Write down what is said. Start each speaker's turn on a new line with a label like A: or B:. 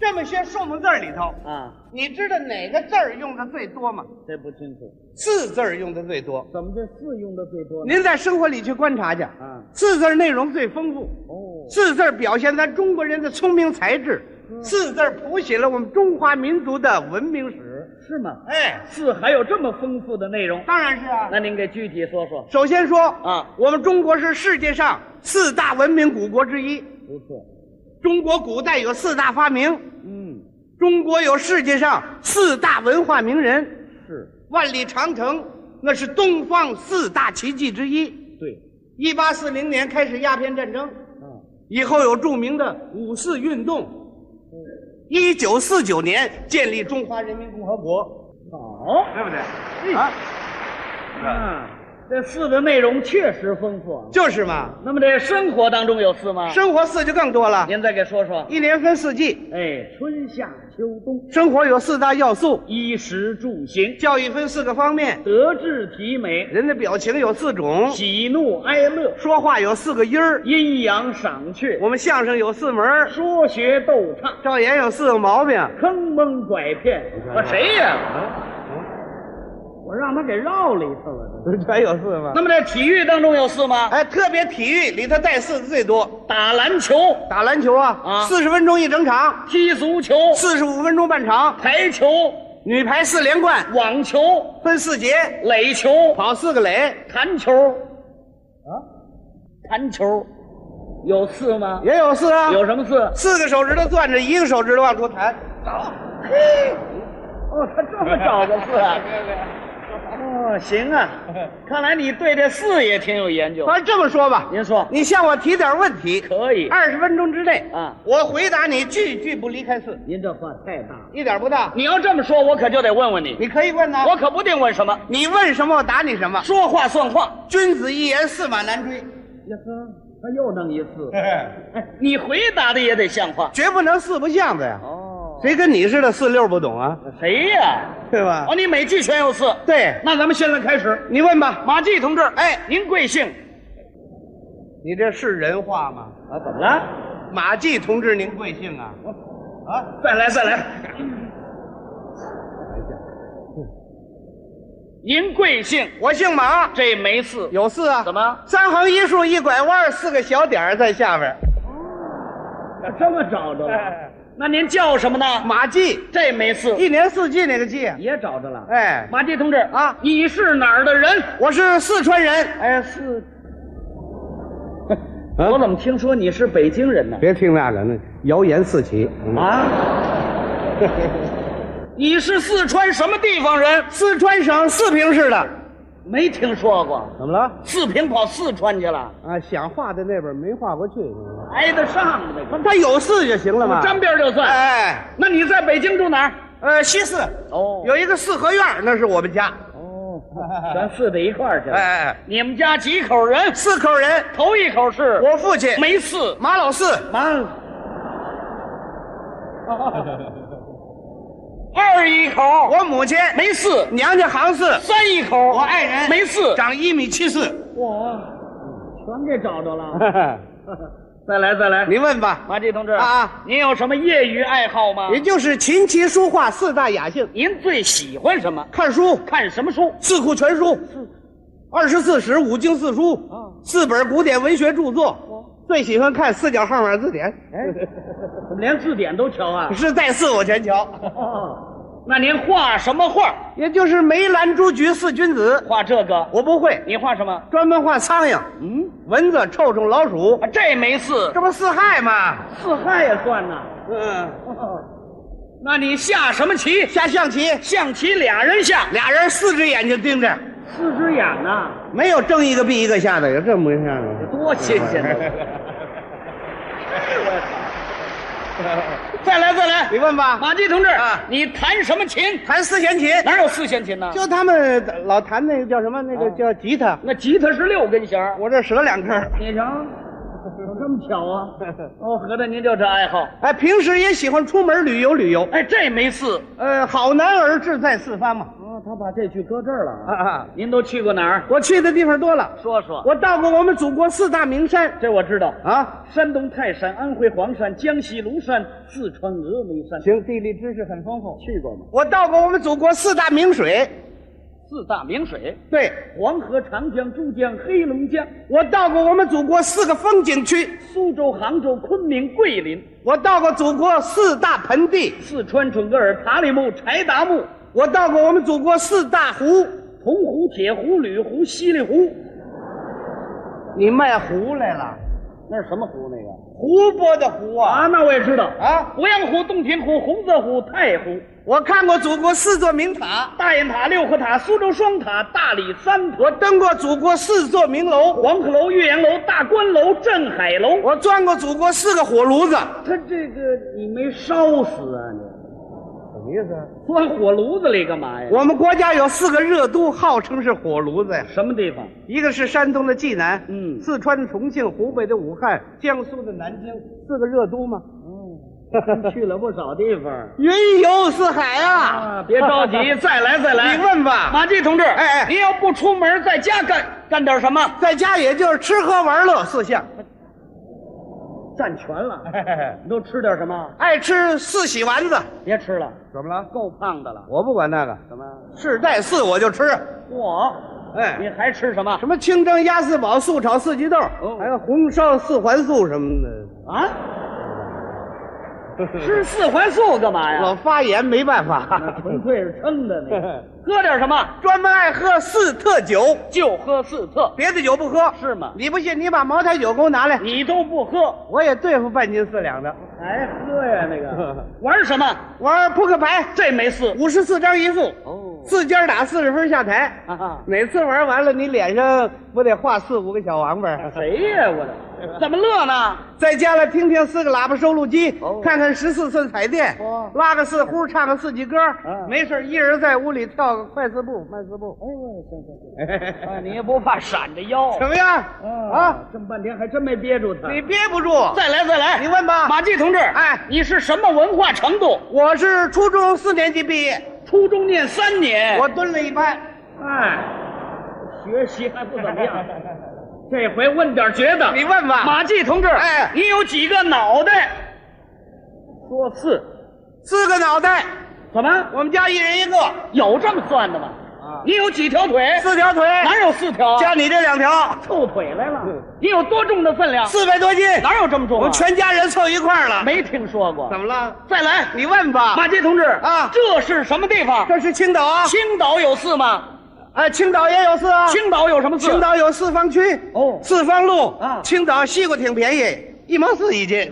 A: 这么些数目字儿里头，
B: 啊，
A: 你知道哪个字儿用的最多吗？
B: 这不清楚，
A: 四字儿用的最多。
B: 怎么这四用的最多呢？
A: 您在生活里去观察去，
B: 啊，
A: 四字儿内容最丰富，
B: 哦，
A: 四字儿表现咱中国人的聪明才智，
B: 嗯
A: 四字儿谱写了我们中华民族的文明史。
B: 是吗？
A: 哎，
B: 四还有这么丰富的内容？
A: 当然是啊。
B: 那您给具体说说。
A: 首先说
B: 啊
A: 我们中国是世界上四大文明古国之一。
B: 不错，
A: 中国古代有四大发明，
B: 嗯，
A: 中国有世界上四大文化名人，
B: 是
A: 万里长城那是东方四大奇迹之一。
B: 对，
A: 一八四零年开始鸦片战争，
B: 啊，
A: 以后有著名的五四运动。一九四九年建立中华人民共和国，
B: 好
A: 对不对？
B: 啊，啊，这四的内容确实丰富啊。
A: 就是嘛，
B: 那么这生活当中有四吗？
A: 生活四就更多了，
B: 您再给说说。
A: 一年分四季，
B: 哎，春夏秋冬，
A: 生活有四大要素，
B: 衣食住行，
A: 教育分四个方面，
B: 德智体美，
A: 人的表情有四种，
B: 喜怒哀乐，
A: 说话有四个音儿，
B: 阴阳赏却，
A: 我们相声有四门儿，
B: 说学逗唱，
A: 赵岩有四个毛病，
B: 坑蒙拐骗。我谁呀？
A: 啊
B: 我让他给绕里头了。
A: 全有四吗？
B: 那么这体育当中有四吗？
A: 哎，特别体育里头带四个最多，
B: 打篮球、
A: 打篮球啊
B: 啊，
A: 四十分钟一整场，
B: 踢足球、
A: 四十五分钟半场，
B: 排球、
A: 女排四连冠，
B: 网球、
A: 分四节，
B: 垒球、
A: 跑四个垒，
B: 弹球。啊，弹球有四吗？
A: 也有四啊，
B: 有什么四？
A: 四个手指头攥着，一个手指头往出弹，
B: 哦，他这么找个四啊？ 哦，行 啊，看来你对这四也挺有研究。
A: 反正这么说吧，
B: 您说
A: 你向我提点问题，
B: 可以？
A: 二十分钟之内
B: 啊
A: 我回答你句句不离开四，
B: 您这话太大了。
A: 一点不大，
B: 你要这么说，我可就得问问你，
A: 你可以问呐，
B: 我可不定问什么，
A: 你问什么我答你什么，
B: 说话算话。
A: 君子一言驷马难追。
B: 呀呵，他又弄一次。哎，你回答的也得像话。
A: 绝不能四不像的呀。
B: 哦，
A: 谁跟你似的四六不懂啊？
B: 谁呀？
A: 对吧
B: 哦，？你每句全有四。
A: 对，
B: 那咱们现在开始。
A: 你问吧。
B: 马季同志，
A: 哎，
B: 您贵姓？
A: 你这是人话吗？
B: 啊，怎么了？
A: 马季同志，您贵姓啊？啊，
B: 再来，再来。 您贵姓？
A: 我姓马，
B: 这没四，
A: 有四啊。
B: 怎？么
A: 三横一竖一拐弯，四个小点儿在下边。
B: 这么找着了？哎那您叫什么呢？
A: 马季，
B: 这没四，
A: 一年四季那个季。
B: 也找着了。
A: 哎，
B: 马季同志
A: 啊
B: 你是哪儿的人？
A: 我是四川人。
B: 哎，是。我怎么听说你是北京人呢？
A: 啊嗯别听那个，那谣言四起。嗯
B: 啊？你是四川什么地方人？
A: 四川省四平市的。
B: 没听说过。
A: 怎么了？
B: 四平跑四川去了，
A: 啊，想画的那边没画过去。
B: 挨得上那个。
A: 他有四就行了嘛。
B: 嗯沾边就算。
A: 啊哎，
B: 那你在北京住哪儿？
A: 呃，西四。
B: 哦
A: 有一个四合院儿，那是我们家。
B: 哦，咱四得一块儿去了。
A: 哎，
B: 你们家几口人？
A: 四口人，
B: 头一口是
A: 我父亲
B: 没四，
A: 马老四，
B: 妈。 二一口
A: 我母亲
B: 没四，
A: 娘家行四，
B: 三一口
A: 我爱人
B: 没四。
A: 长一米七四。
B: 我全给找着了。 再来再来，
A: 您问吧，
B: 马季同志
A: 啊啊，
B: 您有什么业余爱好吗？
A: 也就是琴棋书画四大雅兴，
B: 您最喜欢什么？
A: 看书
B: 看什么 书？
A: 四库全书，二十四史、五经四书，
B: 哦
A: 四本古典文学著作。最喜欢看四角号码字典，
B: 哦怎么哎连字典都瞧 啊？
A: 是在四我全瞧，
B: 哦，那您画什么画？
A: 也就是梅兰竹菊四君子，
B: 画这个？
A: 我不会，
B: 你画什么？啊
A: 专门画苍蝇、
B: 嗯，
A: 蚊子、臭虫、老鼠，
B: 啊这没四，
A: 这不四害吗？
B: 四害也算呐。
A: 嗯，
B: 那你下什么棋？
A: 下象棋，
B: 象棋俩人下，
A: 俩人四只眼睛盯着，
B: 四只眼呐，
A: 没有睁一个闭一个下的，有这么回事
B: 这
A: 吗？
B: 多新鲜 呐！再来再来，
A: 你问吧，
B: 马季同志
A: 啊
B: 你弹什么琴？
A: 弹四弦琴，
B: 哪有四弦琴呢？
A: 就他们老弹那个叫什么，那个
B: 啊
A: 叫吉他，
B: 那吉他是六根弦儿
A: 我这折两根。
B: 你瞧，有这么巧 啊？哦，合着您就这爱好？
A: 哎，平时也喜欢出门旅游旅游。
B: 哎，这没四。
A: 呃，好男儿志在四方嘛。
B: 啊，他把这句搁这儿了
A: 啊
B: 啊！
A: 啊！
B: 您都去过哪儿？
A: 我去的地方多了，
B: 说说。
A: 我到过我们祖国四大名山
B: 这我知道，
A: 啊。
B: 山东泰山、安徽黄山、江西庐山、四川峨眉山，
A: 行，地理知识很丰富。
B: 去过吗？
A: 我到过我们祖国四大名水，
B: 四大名水：
A: 对
B: 黄河、长江、珠江、黑龙江、
A: 我到过我们祖国四个风景区，
B: 苏州、杭州、昆明、桂林、
A: 我到过祖国四大盆地，
B: 四川准格尔、塔里木、柴达木、
A: 我到过我们祖国四大湖。
B: 铜湖、铁湖、吕湖、西里湖。
A: 你卖湖来了？
B: 那是什么湖？那个
A: 湖泊的湖啊
B: 啊，那我也知道啊，
A: 啊！
B: 鄱阳湖、洞庭湖、洪泽湖、太湖、
A: 我看过祖国四座名塔，
B: 大雁塔、六合塔、苏州双塔、大理三
A: 我
B: 河、
A: 登过祖国四座名楼，
B: 黄鹤楼、岳阳楼、大观楼、镇海楼。
A: 我钻过祖国四个火炉子。
B: 他这个你没烧死啊你？
A: 什么意思？
B: 钻火炉子里干嘛呀？
A: 我们国家有四个热都，号称是火炉子呀。
B: 什么地 方？
A: 一个是山东的济南，
B: 嗯
A: 四川的重庆，湖北的武汉，江苏的南京，四个热都嘛。
B: 嗯，去了不少地方
A: 云游四海啊！
B: 啊！别着 急，再来再来。
A: 你问吧
B: 马季同志，
A: 哎哎
B: 您要不出门，在家干干点什么？
A: 在家也就是吃喝玩乐四项，
B: 占全了。 你都吃点什么？
A: 爱吃四喜丸子。
B: 别吃了，
A: 怎么了？
B: 够胖的了。
A: 我不管那个，
B: 什么？
A: 是带四我就吃。
B: 嚯！你
A: 哎，
B: 还吃什么？
A: 什么清蒸鸭四宝、素炒四季豆，
B: 哦
A: 还有红烧四环素什么的。
B: 啊？吃四环素干嘛
A: 我
B: 呀？
A: 发炎没办
B: 那
A: 法，
B: 纯粹是撑的那 个。喝点什么？
A: 专门爱喝四特酒，
B: 就喝四特，
A: 别的酒不喝。
B: 是吗？
A: 你不信，你把茅台酒给我拿来，
B: 你都不喝，
A: 我也对付半斤四两的。
B: 还喝呀？那 个玩什么？
A: 玩扑克牌，
B: 这没四。
A: 五十四张一副，
B: 哦
A: 四尖打四十分下台。
B: 哈哈，
A: 每次玩完了，你脸上不得画四五个小王八儿？
B: 谁呀？我的，怎么乐呢？
A: 在家了听听四个喇叭收录机
B: 哦，
A: 看看十四寸彩电
B: 哦，
A: 拉个四呼，唱个四季歌
B: 嗯。
A: 没事儿，一人在屋里跳个快四步、慢四 步，
B: 哎呦，行行行，啊，你也不怕闪着腰
A: 怎么样？啊
B: 啊，？这么半天还真没憋住他。
A: 你憋不住，
B: 再来再来，
A: 你问吧
B: 马季同志，
A: 啊哎
B: 你是什么文化程度？
A: 我是初中四年级毕业，
B: 初中念三年，
A: 我蹲了一拍，
B: 哎，学习还不怎么样，这回问点觉得。
A: 你问吧。
B: 马季同志，
A: 哎
B: 你有几个脑袋？说四，
A: 四个脑袋，
B: 怎么
A: 我们家一人一个，
B: 有这么算的吗？
A: 啊
B: 你有几条腿？
A: 四条腿，
B: 哪有四条啊？
A: 加你这两条，
B: 凑腿来了。你有多重的分量？
A: 四百多斤，
B: 哪有这么重、
A: 我
B: 啊？
A: 们全家人凑一块儿了。
B: 没听说过。
A: 怎么了？
B: 再来，
A: 你问吧。
B: 马季同志
A: 啊
B: 这是什么地方？
A: 这是青岛啊，
B: 青岛有四吗？
A: 哎，青岛也有四啊。
B: 青岛有什么 四？
A: 青岛有四方区
B: 哦
A: 四方路
B: 啊
A: 青岛西瓜挺便宜，一毛四一斤。